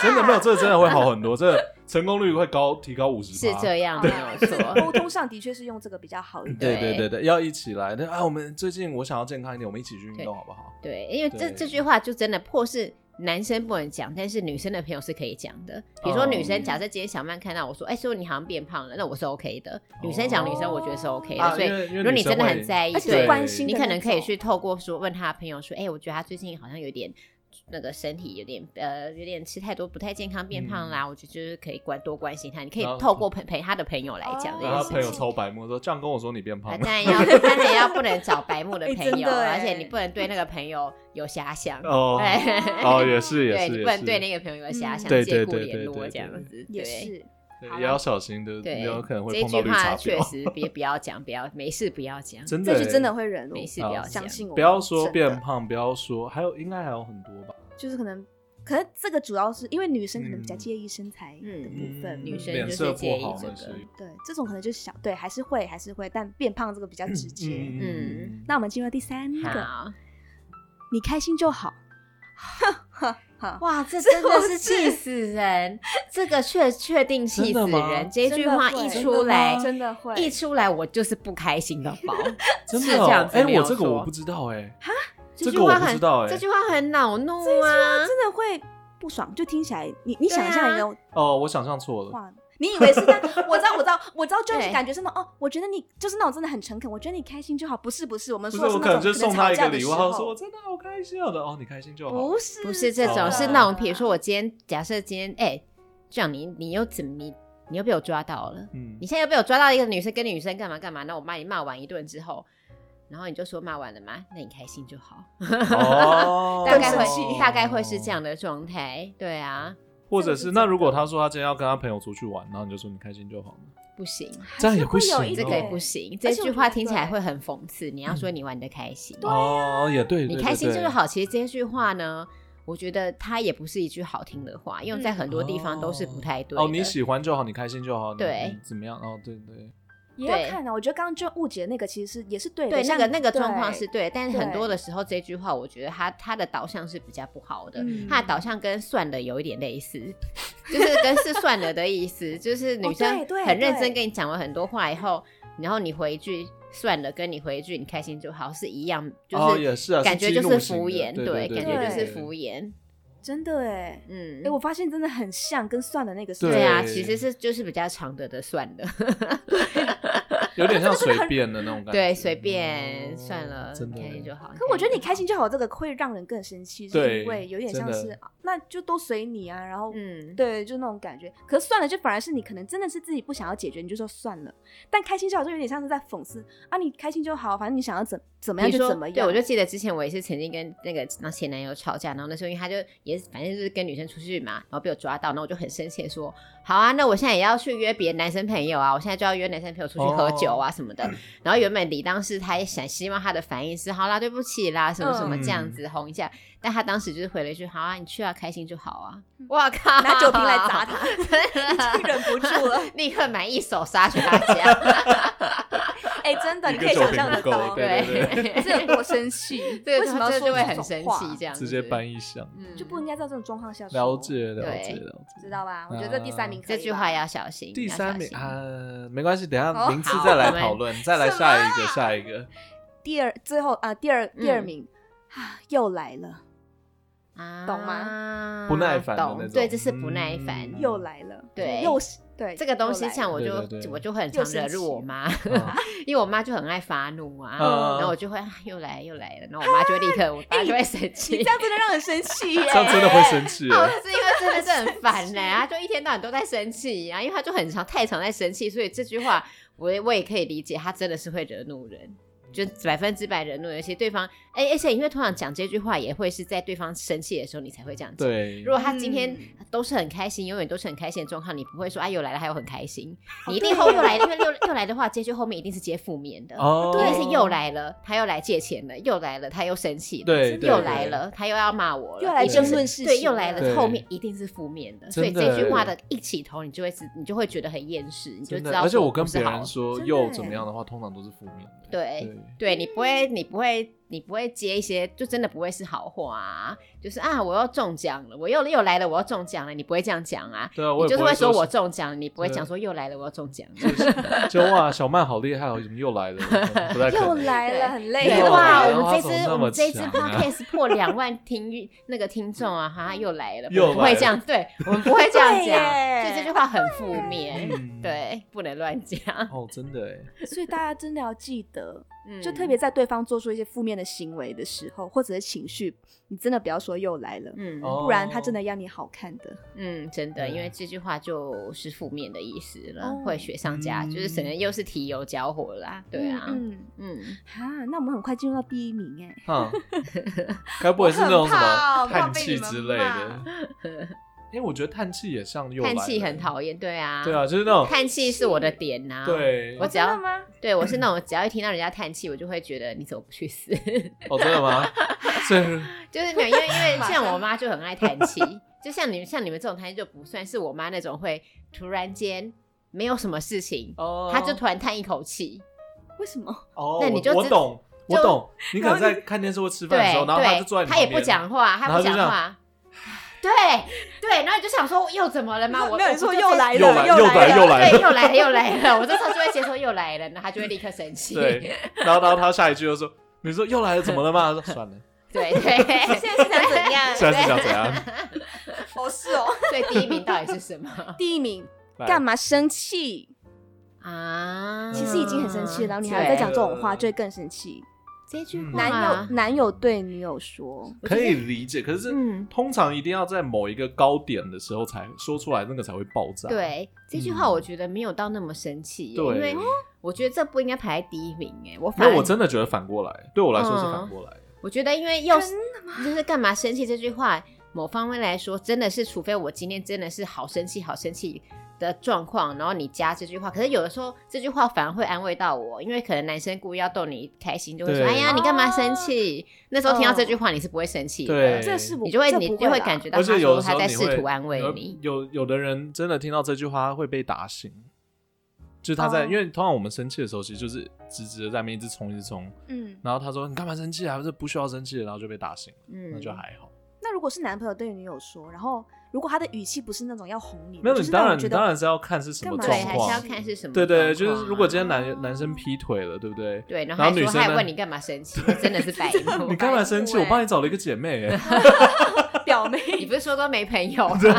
S3: 真的没有，这个真的会好很多，这个成功率会高，提高五十。
S2: 是这样，没有
S1: 就是
S2: 错。
S1: 沟通上的确是用这个比较好一点。
S3: 对对对对，要一起来。那啊，我们最近我想要健康一点，我们一起去运动好不好？
S2: 对，因为这
S3: 对
S2: 这句话就真的破是男生不能讲，但是女生的朋友是可以讲的。比如说
S3: 哦
S2: 女生，假设今天小曼看到我说，哎，说你好像变胖了，那我是 OK 的。女生讲女生，我觉得是 OK 的。
S3: 哦啊
S2: 所以
S3: 因为因为
S2: 如果你
S3: 女生
S2: 真的很
S3: 会
S2: 在意，
S1: 而且
S2: 对
S1: 是关心
S2: 你
S1: 的
S2: 可
S1: 那
S2: 能可以
S1: 种
S2: 去透过说问他的朋友说，哎、我觉得他最近好像有点那个身体有点呃有点吃太多不太健康变胖啦，我觉得就是可以关多关心他，你可以
S3: 嗯然后
S2: 透过陪陪他的朋友来
S1: 哦
S2: 讲这
S3: 然
S2: 件
S3: 后他
S2: 事
S3: 朋友
S2: 情。
S3: 超白目说：“这样跟我说你变胖
S2: 啊，
S3: 了。
S2: 当然要，当然要不能找白 欸目的
S1: 哎
S2: 朋
S1: 真
S2: 友，啊
S1: 的
S2: 而且
S1: 哎
S2: 你不能对那个朋友有遐想”，
S3: 哦
S2: 对，
S3: 哦，也是 也
S2: 对，
S3: 是
S2: 你
S3: 也
S2: 不能
S3: 是，
S2: 对那个朋友有遐想，
S3: 对
S2: 借
S3: 对
S2: 故
S3: 对
S2: 联
S3: 对
S2: 络
S3: 对
S2: 这样
S3: 对
S2: 子，
S1: 也
S2: 对
S1: 是。
S3: 对
S1: 好
S3: 也要小心的，
S2: 对，
S3: 你有可能会
S2: 这
S3: 碰到
S2: 句
S3: 绿
S2: 话
S3: 茶
S2: 确
S3: 婊。
S2: 实别不要讲，不要没事不要讲，
S3: 真哦的
S1: 这
S3: 欸，
S1: 句真的会惹怒
S2: 没，事
S3: 好
S2: 不要讲
S1: 相。信我，
S3: 不要说
S1: 真的
S3: 变胖，不要说，还有应该还有很多吧。
S1: 就是可能，可能这个主要是因为女生可能比较
S3: 嗯
S1: 介意身材的部分，
S3: 嗯
S2: 女生
S3: 脸
S2: 就是
S3: 色
S2: 介
S3: 不
S2: 意
S3: 好
S2: 这
S3: 那
S2: 个
S3: 是，
S1: 对这种可能就是小对，还是会还是会，但变胖这个比较直接。
S2: 嗯
S1: 那我们进入第三个，
S2: 好，
S1: 你开心就好。哈哈，
S2: 哇，这真的是
S1: 是
S2: 气死人！这个确确定气死
S3: 真的吗
S2: 人， 这句话一出来，
S1: 真的会
S2: 一出来我就是不开心到爆。
S3: 真
S2: 是
S3: 的
S2: 这样
S3: 哦，
S2: 子
S3: 哎，
S2: 没有
S3: 我这个
S2: 错
S3: 我不知道哎，
S2: 这
S3: 这
S2: 句
S3: 个我
S2: 话
S3: 不
S2: 很
S3: 知道，哎，
S2: 这句话很恼怒啊！
S1: 真的会不爽，就听起来你你
S2: 对啊
S1: 想象一个
S3: 哦，我想象错了，
S1: 哇， 你以为是他？我知道，我知道，我知道，就是
S2: 对
S1: 感觉是那种哦，我觉得你就是那种真的很诚恳，我觉得你开心就好，不是不是，我们
S3: 不
S1: 说
S3: 是
S1: 的
S3: 我
S1: 那
S3: 可能
S1: 种
S3: 就送他一
S1: 吵
S3: 个
S1: 架的
S3: 礼物，
S1: 时
S3: 他
S1: 候
S3: 说我真的好开心啊我的哦，你开心就好。
S1: 不是
S2: 不是这种，
S3: 哦
S2: 是那种，比如说我今天假设今天，哎，这样你你又怎么你你又被我抓到了？
S3: 嗯
S2: 你，现在又被我抓到一个女生跟女生干嘛干嘛？那我骂你骂完一顿之后，然后你就说骂完了吗？那你开心就好。
S3: 哦
S2: 大概
S1: 更生
S2: 会大概会是这样，的状态，对啊，
S3: 或者是那如果他说他今天要跟他朋友出去玩，然后你就说你开心就好了，
S2: 不行，
S3: 这样也不
S1: 还是会有
S3: 行哦
S1: 一
S2: 这
S1: 点
S2: 个也不行，
S1: 而
S2: 这
S1: 且我
S2: 句
S1: 觉
S2: 话
S1: 得
S2: 听起来
S1: 对
S2: 会很讽刺。你要说你玩的开心，
S3: 哦，也对，
S2: 啊你
S3: 嗯对
S2: 开心就是。
S3: 对对
S2: 好。其实这句话呢，我觉得它也不是一句好听的话，用在
S1: 嗯
S2: 很多地方都是不太对的。
S3: 哦，你喜欢就好，你开心就好，你
S2: 对
S3: 你怎么样？哦，对对，
S1: 也要
S2: 对
S1: 看啊，我觉得刚刚就误解那个其实是也是对的，
S2: 对那
S1: 像
S2: 个那个状况是对，但是很
S1: 对
S2: 多的时候这句话，我觉得它它的导向是比较不好的。
S1: 嗯
S2: 它的导向跟算了有一点类似，就是跟是算了的意思，就是女生
S1: 哦对对
S2: 很认真
S1: 对
S2: 跟你讲了很多话以后，然后你回一句算了，跟你回一句你开心就好是一样，就是、
S3: 哦也是啊是
S2: 感觉就
S3: 激
S2: 是
S3: 怒型
S2: 敷
S3: 的
S2: 衍，
S3: 对对对
S2: 感觉就
S1: 对
S2: 是敷衍，
S1: 真的哎。
S2: 嗯
S1: 哎、。我发现真的很像，跟算的那个是
S3: 对
S2: 对啊，
S3: 对
S2: 其实是就是比较长的的算了，
S3: 有点像随便的那种感觉。 哦
S2: 对，随便、算了，
S3: 真的欸
S2: 开心就好。
S1: 可我觉得你开心就好，这个会让人更生气，是
S3: 对
S1: 因为有点
S3: 真
S1: 像
S3: 的
S1: 是，啊那就都随你啊，然后、
S2: 嗯，
S1: 对，就那种感觉。可是算了，就反而是你可能真的是自己不想要解决，你就说算了。但开心就好，就有点像是在讽刺啊，你开心就好，反正你想要怎怎么样
S2: 比如
S1: 就
S2: 说
S1: 怎么样。
S2: 对，我就记得之前我也是曾经跟那个那前男友吵架，然后那时候因为他就也是反正就是跟女生出去嘛，然后被我抓到，然后我就很生气地说，好啊，那我现在也要去约别的男生朋友啊，我现在就要约男生朋友出去喝酒啊什么
S1: 哦
S2: 的。然后原本理当是他也想希望他的反应是好啦，对不起啦，什么什么这
S1: 嗯
S2: 样子哄一下，但他当时就是回了一句好啊，你去啊，开心就好啊。哇靠！
S1: 嗯拿酒瓶来 砸他，
S2: 他
S1: 已经忍不住 了。
S2: 立刻买一手杀去他 家。
S1: 哎、真的，
S3: 一
S1: 你
S3: 个
S1: 可以
S3: 酒
S1: 想
S3: 瓶
S1: 象
S3: 不
S1: 得
S3: 够
S1: 到，
S3: 对
S1: 这有多生 气？
S2: 这
S1: 为
S2: 个
S1: 什
S2: 时
S1: 么要
S2: 候
S1: 说
S2: 就会
S1: 这
S2: 很
S1: 种
S2: 生气，
S1: 话
S2: 这样
S3: 直接
S2: 子
S3: 搬一响，
S2: 嗯
S1: 就不应该在这种状况下
S3: 了
S1: 说
S3: 解了
S2: 对
S3: 解了解。
S1: 知道吧？我觉得这第三名可以
S2: 嗯这
S1: 吧
S2: 句话要小心。
S3: 第
S2: 要
S3: 三
S2: 小
S3: 名
S2: 心
S3: 啊，没关系，等一下
S1: 哦
S3: 名次
S2: 好
S3: 再
S2: 我
S3: 来
S2: 们
S3: 讨论，再来下一个，下 一个。
S1: 第二，最后啊、第二第二
S2: 嗯
S1: 名、啊，又来了，
S2: 啊
S1: 懂
S2: 吗
S3: 不耐烦的那
S2: 懂，
S3: 种
S2: 对，这是不耐烦。
S3: 嗯
S1: 又来了，
S2: 对
S1: 又是对
S2: 这个东西
S1: 又来
S2: 像
S1: 了
S2: 我
S3: 对
S2: 就
S3: 对对
S2: 我就很常
S1: 又生
S2: 惹
S1: 气
S2: 怒我妈，
S3: 嗯
S2: 因为我妈就很爱发怒啊，
S3: 嗯
S2: 然后我就会啊又来了又来了，然后我妈就会立刻，我爸就会生 气。
S1: 哎你这样真的让人生气耶、
S3: 这样真的会生气耶。
S2: 哦，是因为真的是很烦呢、他就一天到晚都在生气啊，因
S3: 嗯
S2: 为他就很常太常在生气，所以这句话我也我也可以理解，他真的是会惹怒人。就百分之百忍怒，而且对方，哎、而且因为通常讲这句话也会是在对方生气的时候你才会这样讲。
S3: 对
S2: 如，果他今天
S1: 嗯
S2: 都是很开心，永远都是很开心的状况，你不会说啊又来了，还有很开心，
S1: 哦
S2: 你一定
S1: 对
S2: 后又来，因为又又来的话，接句后面一定是接负面的，
S3: 哦
S2: 因为是又来了，他又来借钱了，又来了，他又生气了，
S3: 对
S1: 真的
S3: 对
S2: 又来，了，他又要骂我了，
S1: 又来
S2: 一定
S3: 争
S2: 是
S1: 论事
S2: 对，
S1: 情
S2: 又来
S3: 了
S2: 了，后面一定是负面的，所以
S3: 真的
S2: 这句话的一起头，你就会知，你就会觉得很厌世，你就
S3: 对真
S2: 知
S3: 的。
S2: 道，
S3: 而且我跟别人
S2: 说，
S3: 说
S1: 真的
S3: 又
S1: 欸
S3: 怎么样的话，通常都是负面的。
S2: 对对你不会，你不会，你不会接一些，就真的不会是好话啊，就是啊，我要中奖了，我又又来了，我要中奖了，你不会这样讲啊，
S3: 对啊，
S2: 你
S3: 我也
S2: 就是
S3: 不
S2: 会
S3: 会
S2: 说我
S3: 是
S2: 中奖了，你不会
S3: 对
S2: 讲说又来了，我要中奖了。
S3: 就哇，小曼好厉害哦，怎么又来了？不太 可
S1: 又
S3: 能。
S1: 来了，
S2: 对
S1: 很
S3: 没
S1: 累
S3: 有
S1: 了。
S2: 哇，哦
S3: 啊
S2: 我们这
S3: 花
S2: 支
S3: 总那
S2: 我
S3: 么
S2: 们这支
S3: 强啊
S2: podcast 破两万听 遇那个听众啊，哈，又来了，
S3: 又
S2: 我们不会
S3: 来
S2: 这样，对我们不会这样
S1: 对
S2: 讲，
S1: 耶
S2: 所以这句话很负面，
S3: 嗯
S2: 对，不能乱讲，
S3: 哦，真的哎，
S1: 所以大家真的要记得，
S2: 嗯
S1: 就特别在对方做出一些负面的行为的时候，或者是情绪，你真的不要说又来了，
S2: 嗯
S3: 哦
S1: 不然他真的要你好看的。
S2: 嗯，真的，
S3: 对
S2: 因为这句话就是负面的意思了
S1: 哦，
S2: 会雪上加，就是可能又是提油浇火啦，对啊，
S1: 嗯，
S2: 嗯，
S1: 嗯哈，那我们很快进入到第一名哎。
S3: 哈， 该不会是那种什么
S2: 哦
S1: 我很怕我怕
S3: 叹
S1: 被
S3: 气
S1: 你们
S3: 之类的
S1: 骂？
S3: 因为我觉得叹气也像又来
S2: 叹
S3: 了
S2: 气很讨厌，对啊，
S3: 对啊，，就是那种
S2: 叹气是我的点呐，。
S3: 对
S2: 我
S1: 哦
S2: 只要
S1: 真的吗？
S2: 对，我 是那种只要一听到人家叹气，我就会觉得你怎么不去死？
S3: 哦，真的吗？ 所以
S2: 就是没有，因为因为
S1: 马上
S2: 像我妈就很爱叹气，就像你们像你们这种叹气就不算是我妈那种会突然间没有什么事情，
S3: 哦，
S2: 她就突然叹一口气，
S1: 为什么？
S3: 哦，
S2: 那
S3: 我
S2: 你就
S3: 我
S2: 知
S3: 懂，我
S2: 就
S3: 懂。你可能
S1: 然后
S3: 在看电视或吃
S2: 对
S3: 饭的时候，然后他就坐在
S2: 对，
S3: 你
S2: 她也
S3: 旁
S2: 不
S3: 边，
S2: 讲话，她不
S3: 然后就
S2: 讲
S3: 这样
S2: 话。对对，然后你就想说又怎么了嘛？我
S1: 没有
S2: 我
S1: 你说
S2: 不就
S1: 又
S2: 在
S1: 来
S3: 又来
S1: 了，
S3: 又来
S1: 来
S3: 又来
S2: 对，又来了又来了，我这时候就会接受又来了，然后她就会立刻生气。
S3: 对，然后然后他下一句就说：“你说又来了，怎么了嘛？”他说：“ 算了，
S2: 对对，
S1: 现在是想怎样？
S3: 现在是想 怎样
S1: 哦，是哦。
S2: 所以第一名到底是什么
S1: 第一名，？”
S3: 来
S1: 干嘛生气？
S2: 啊？
S1: 其实已经很生气了，然后你还
S2: 对
S1: 在讲这种话，
S3: 对
S1: 就会更生气。
S2: 这句
S3: 嗯
S2: 话，
S1: 男友男友对女友说，
S3: 可以理解，可是
S2: 嗯
S3: 通常一定要在某一个高点的时候才说出来，那个才会爆炸。
S2: 对这句话，
S3: 嗯
S2: 我觉得没有到那么生气耶，因
S3: 对
S2: 为，我觉得这不应该排在第一名哎，我反嗯
S3: 那
S2: 而
S3: 我真的觉得反过来，对我来说是反过来。
S2: 我觉得因为又是就是干嘛生气这句话，某方面来说真的是，除非我今天真的是好生气好生气的状况，然后你加这句话，可是有的时候这句话反而会安慰到我，因为可能男生故意要逗你开心，就会说
S3: 对
S2: 哎呀你干嘛生气？那时候听到这句话你是不会生气的，
S3: 对
S1: 这是我
S2: 你就会
S1: 哦这
S2: 你
S1: 不
S2: 就会
S1: 啦
S2: 感觉到
S3: 而
S2: 他
S3: 且有
S2: 说
S3: 的时
S2: 他
S3: 候
S2: 在
S3: 你会呃
S2: 试图安慰
S3: 有
S2: 你，
S3: 有有的人真的听到这句话他会被打醒，就是他在，
S1: 哦
S3: 因为通常我们生气的时候，其实就是直直的在那边一直冲一直冲，
S1: 嗯，
S3: 然后他说你干嘛生气啊？这不需要生气，然后就被打醒，
S2: 嗯
S3: 那就还好。
S1: 那如果是男朋友对女友说，然后如果他的语气不是那种要哄你的，
S3: 没有，
S1: 就
S3: 你
S1: 是
S3: 当
S1: 让我
S3: 然
S1: 觉
S3: 你
S1: 得
S3: 当然是要看是什么
S1: 干
S3: 状
S1: 嘛
S2: 对，还是要
S3: 况。
S2: 看是什么状况啊。
S3: 对对，就是如果今天男男生劈腿了，对不对？
S2: 对，然
S3: 然
S2: 后
S3: 后
S2: 还
S3: 女
S2: 说
S3: 生
S2: 还
S3: 呢
S2: 问你干嘛生气，真的是白 目。
S3: 你干嘛生气？
S1: 白目
S3: 我
S1: 欸
S3: 帮你找了一个姐 妹、欸，
S1: 表妹
S2: 你不是说都没朋友啊 吗？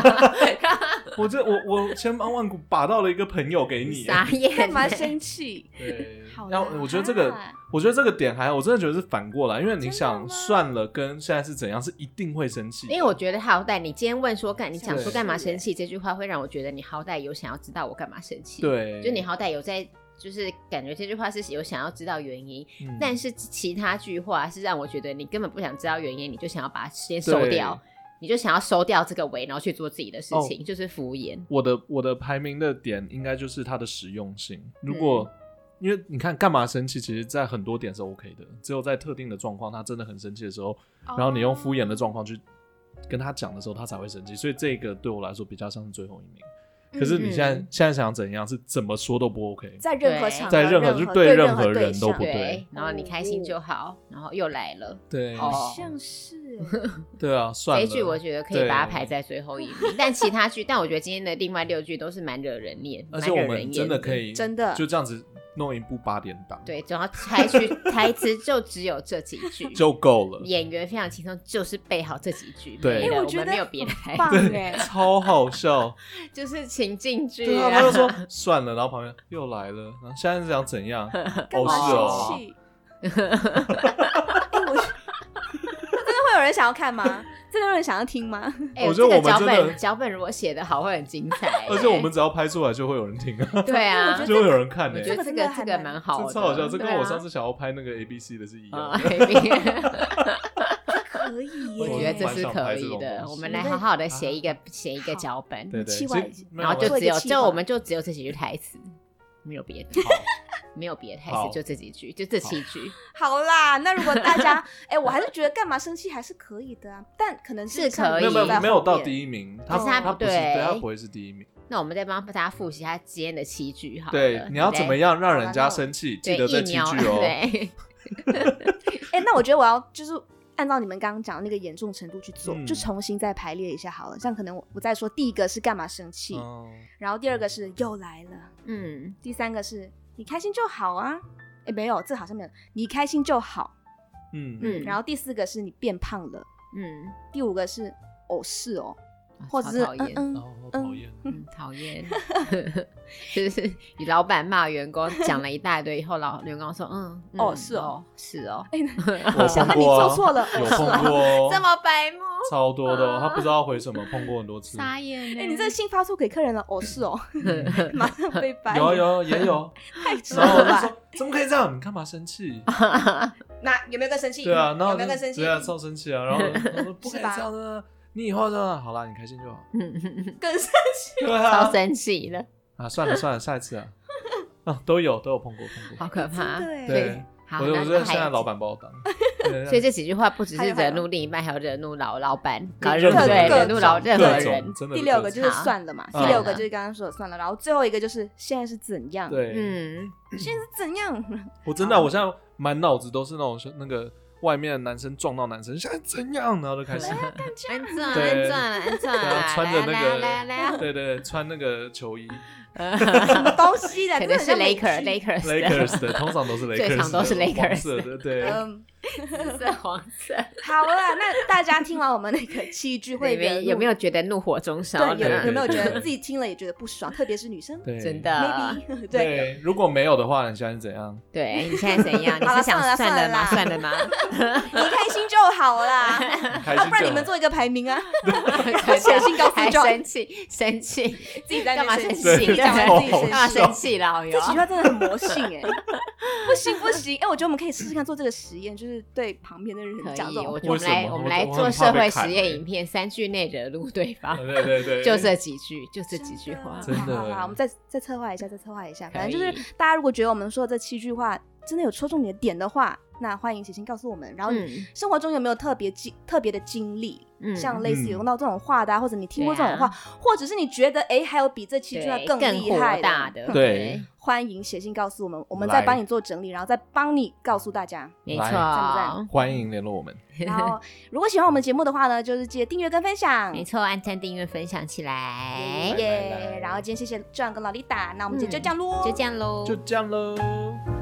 S3: 我这我我千帮万苦把到了一个朋友给你、欸。
S2: 傻眼，
S1: 干 嘛？生气？
S3: 对
S1: 好，
S3: 然后
S1: 啦
S3: 我觉得这个，
S2: 啊
S3: 我觉得这个点还好，我真的觉得是反过来，因为你想算了，跟现在是怎样，是一定会生气的。
S2: 因为我觉得好歹你今天问说干，你讲说
S3: 对
S2: 干嘛生气这句话，会让我觉得你好歹有想要知道我干嘛生气。，
S3: 对，
S2: 就你好歹有在，就是感觉这句话是有想要知道原因，
S3: 嗯，
S2: 但是其他句话是让我觉得你根本不想知道原因，你就想要把它先收掉，你就想要收掉这个围，然后去做自己的
S3: 哦
S2: 事情，就是敷衍。
S3: 我的我的排名的点应该就是它的实用性。如果、
S2: 嗯
S3: 因为你看干嘛生气，其实在很多点是 OK 的，只有在特定的状况，他真的很生气的时候，然后你用敷
S1: 哦
S3: 衍的状况去跟他讲的时候，他才会生气。所以这个对我来说比较像是最后一名。可是你现在、
S2: 嗯
S3: 现在想怎样，是怎么说都不 OK。
S1: 在任何场合，
S3: 在任何就对
S1: 对
S3: 任何
S1: 何
S3: 人都不
S1: 对象，
S3: 对
S2: 然后你开心就好，然后又来了。
S3: 对
S2: 哦
S1: 好像是欸
S3: 对啊，算
S2: 这
S3: 了。
S2: 一句我觉得可以把它排在最后一名，但其他句，但我觉得今天的另外六句都是蛮惹人念，
S3: 而且
S2: 蛮
S3: 我
S2: 惹人厌
S3: 们真的可以，
S1: 真的
S3: 就这样子弄一部八点档，，
S2: 对，只要拆 去台词就只有这几句，
S3: 就够了，
S2: 演员非常轻松，就是背好这几句，
S3: 对
S2: 没了
S3: 因为
S1: 哎我
S2: 我
S1: 觉
S2: 们
S1: 得
S2: 没有别的台
S1: 很棒
S2: 词，
S1: 哎，
S3: 超 好笑。
S2: 就是情境剧
S3: 对啊，他就说算了，然后旁边又来了，然后现在是想 怎样？
S2: 哎
S1: 欸 干
S3: 哦
S1: 嘛
S3: 是
S1: 生
S3: 哦，
S1: 气？哎我真的会有人想要看吗？真的有人想要听吗？
S2: 哎
S3: 我觉
S2: 这
S3: 得
S2: 个
S3: 我
S2: 脚
S3: 们真的
S2: 本脚本如果写的好，会很精彩。
S3: 而且我们只要拍出来就会有人 听啊，
S2: 对啊，
S1: 我觉得
S3: 就会有人看
S2: 我
S3: 呢、
S1: 这
S2: 觉得
S1: 个
S2: 这
S1: 真
S2: 个
S1: 的
S2: 这
S1: 还
S2: 个
S1: 蛮
S2: 蛮好的，
S3: 这超好笑，这跟
S2: 对
S3: 我
S2: 啊
S3: 上次想要拍那个 A B C 的是一样
S2: 啊
S3: 的。
S1: 可以耶，
S2: 我觉得这是可以的。我们来好好的写一个写一个脚本，
S3: 对对，
S1: 气
S3: 其
S1: 外
S3: 实没
S2: 然后
S3: 有
S2: 就
S3: 啊
S1: 做一
S2: 只
S1: 个
S2: 有
S1: 计
S2: 就
S1: 划
S2: 我们就只有这几句台词，没有别的， 没有别的台
S3: 好
S2: 词，就这几句，就这七句。
S1: 好啦，那如果大家， 哎、我还是觉得干嘛生气还是可以的啊，但可能
S2: 是
S1: 像
S2: 可
S3: 没
S1: 你
S3: 有
S2: 以
S3: 没有
S1: 在
S3: 没有
S1: 后
S3: 到
S1: 面
S3: 第一名，他
S1: 可是他
S3: 他
S2: 不
S3: 不是
S2: 对
S3: 对，他不会是第一名。
S2: 那我们再帮大家复习一下今天的七句好了，
S3: 对，你要
S2: 不
S3: 怎么样让人
S1: 好
S3: 家
S1: 了那我
S3: 生气？
S2: 对
S3: 记得这
S2: 疫
S3: 七
S2: 苗
S3: 句 哦。
S2: 对，
S1: 哎、那我觉得我要就是按照你们刚刚讲的那个严重程度去做，
S3: 嗯
S1: 就重新再排列一下好了。像可能我我再说第一个是干嘛生气，
S3: 哦
S1: 然后第二个是又来了，
S2: 嗯，
S1: 第三个是你开心就好啊。哎、没有，这好像没有，你开心就好。
S3: 嗯
S2: 嗯
S1: 然后第四个是你变胖了，
S2: 嗯，
S1: 第五个是哦是哦，
S2: 啊
S1: 或
S2: 超
S1: 者是
S2: 讨
S1: 嗯
S2: 厌，
S1: 嗯，
S3: 哦，好讨厌。
S2: 嗯，讨厌，就是你老板骂员工讲了一大堆以后，老员工说，嗯，嗯
S1: 哦是哦，
S2: 是哦，
S3: 嗯
S1: 哎、
S3: 我
S1: 小
S3: 碰
S1: 汉你
S3: 过
S1: 做错
S3: 啊，
S1: 了，
S3: 有
S1: 哦是
S3: 碰
S1: 哦。
S3: 过哦，
S2: 这么白目，
S3: 超多的哦，他不知道回什么，碰过很多次。
S2: 傻眼呢，欸
S1: 哎、你 这信发错给客人了，哦是哦，马上被掰，
S3: 有啊有啊也有，
S1: 太扯
S3: 然后我
S1: 了
S3: 就
S1: 吧？
S3: 说怎么可以这样？你干嘛生气？
S1: 那有没有更生气？
S3: 对啊，然后
S1: 有没
S3: 就
S1: 有更生气？
S3: 对啊，超生气啊！然后我说不可以
S1: 是
S3: 这
S1: 吧
S3: 样的，你以后这样好啦，你开心就好。
S1: 更生气。
S3: 对
S2: 超
S3: 啊，
S2: 生气了，
S3: 啊算了算了，下一次啊，啊都有都有碰过碰过。
S2: 好可怕，
S1: 真的耶
S2: 对
S3: 对，
S2: 好，
S3: 我就
S2: 那
S3: 我觉得
S2: 还
S3: 现在老板把我当，对
S2: 所以这几句话不只
S1: 还
S2: 是
S1: 有还
S2: 惹
S1: 有
S2: 怒另一半，还有惹怒老老板，搞惹
S3: 任
S2: 怒
S3: 何
S2: 对
S3: 人
S2: 惹怒老
S1: 各
S2: 任
S1: 种
S2: 何
S3: 各
S2: 人
S3: 种。真的
S1: 第六个就是
S2: 好
S1: 算了嘛，
S3: 嗯
S1: 第六个就是刚刚说的算了，然后最后一个就是现在是怎样？，
S3: 对，
S2: 嗯，
S1: 现在是怎样？
S3: 我真的啊我现在满脑子都是那种是那个外面的男生撞到男生现在怎样，然后就开始，
S2: 啊安转安
S3: 对
S2: 转安转，
S3: 对啊穿着那
S2: 来
S3: 个
S2: 来来啊
S3: 对对，对穿那个球衣
S1: 什 么东西的？
S2: 可
S1: 真
S2: 能
S1: 的很
S2: 是
S1: 像美
S2: Laker
S1: 剧
S2: Lakers 的
S3: Lakers 的，通常都是 Lakers，
S2: 最常
S3: 的
S2: 都是 Lakers
S3: 黄色的，对，
S1: 嗯，
S2: 紫色黄色，
S1: 好了，那大家听完我们那个七句会
S2: 里面有没
S1: 有？
S2: 有觉得怒火中烧
S1: 对，
S2: 呢
S1: 有？有没有觉
S3: 对对
S1: 得
S3: 对
S1: 自己听了也觉得不爽？特别是女生
S3: 对，
S2: 真的
S1: ，maybe 对。
S3: 对，如果没有的话，你现在是 怎样？
S2: 对哎你现在怎 样？你
S1: 好
S2: 是
S1: 了
S2: 想
S1: 算
S2: 了
S1: 了
S2: 吗？算
S1: 算
S2: 了吗？
S1: 你开心就好啦，
S3: 开心
S1: 不然
S3: 就
S1: 你们
S3: 好
S1: 做一个排名啊，
S2: 还
S1: 写信告诉
S2: 还
S1: John
S2: 生气，生气，
S1: 自己在那
S2: 干嘛
S1: 边
S2: 生
S1: 生气，
S2: 气？
S3: 对
S1: 自己
S2: 干
S1: 讲
S2: 嘛
S1: 完
S3: 好
S1: 自
S2: 生
S1: 己生
S2: 气
S3: 好
S1: 气
S2: 干嘛
S3: 笑
S2: 生气了？哎呦
S1: 这几句话真的很魔性 哎、不行不行，哎、我觉得我们可以试试看做这个实验，就是对旁边的人
S2: 可
S1: 讲
S2: 以，
S1: 这种
S2: 我
S1: 话。
S2: 我们
S3: 为什
S2: 来
S3: 么
S2: 我们
S3: 我
S2: 来
S3: 我
S2: 做
S3: 很
S2: 社
S3: 怕被
S2: 会
S3: 砍
S2: 实验
S3: 欸
S2: 影片，三句内惹怒对方，
S3: 对对对，
S2: 就这几句，就这几句话。
S3: 真的
S1: 好
S3: 欸
S1: 好好，我们再再策划一下，再策划一下。
S2: 可以
S1: 反正就是大家如果觉得我们说的这七句话真的有戳中你的点的话，那欢迎写信告诉我们。然后你
S2: 嗯
S1: 生活中有没有特别经特别的经历，
S2: 嗯
S1: 像类似
S3: 嗯
S1: 有用到这种话的、啊，或者你听过这
S2: 对啊
S1: 种话，或者是你觉得哎、还有比这七句话
S2: 对
S1: 厉
S2: 火
S1: 害
S2: 大的，
S3: 对，
S1: 欢迎写信告诉我们，我们
S3: 来
S1: 再帮你做整理，然后再帮你告诉大家。
S2: 没
S3: 来
S2: 错
S1: 赞，
S3: 欢迎联络我们。
S1: 然后，如果喜欢我们节目的话呢，就是记得订阅跟分享。
S2: 没错，按赞、订阅、分享起来哎
S3: 耶，
S1: 嗯耶！然后今天谢谢 John 跟老李打，那我们今天就这样喽，
S2: 就这样喽，
S3: 就这样喽。